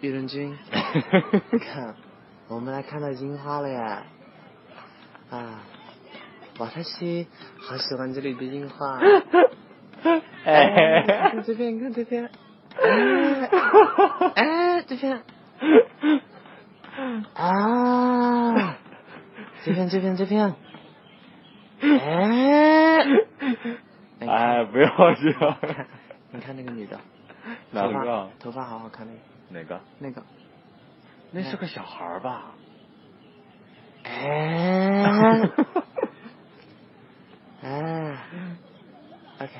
毕仁君， 哎看， 我们来看到樱花了耶！啊，瓦塔西好喜欢这里的樱花。哎， 哎，看这边，看这边。哎，哎，这边。啊，这边，这边，这边。哎，哎，你看哎，不要这样。你看那个女的，哪头个发？头发好好看那个， 哪个？那个。那是个小孩儿吧？哎，哎，OK，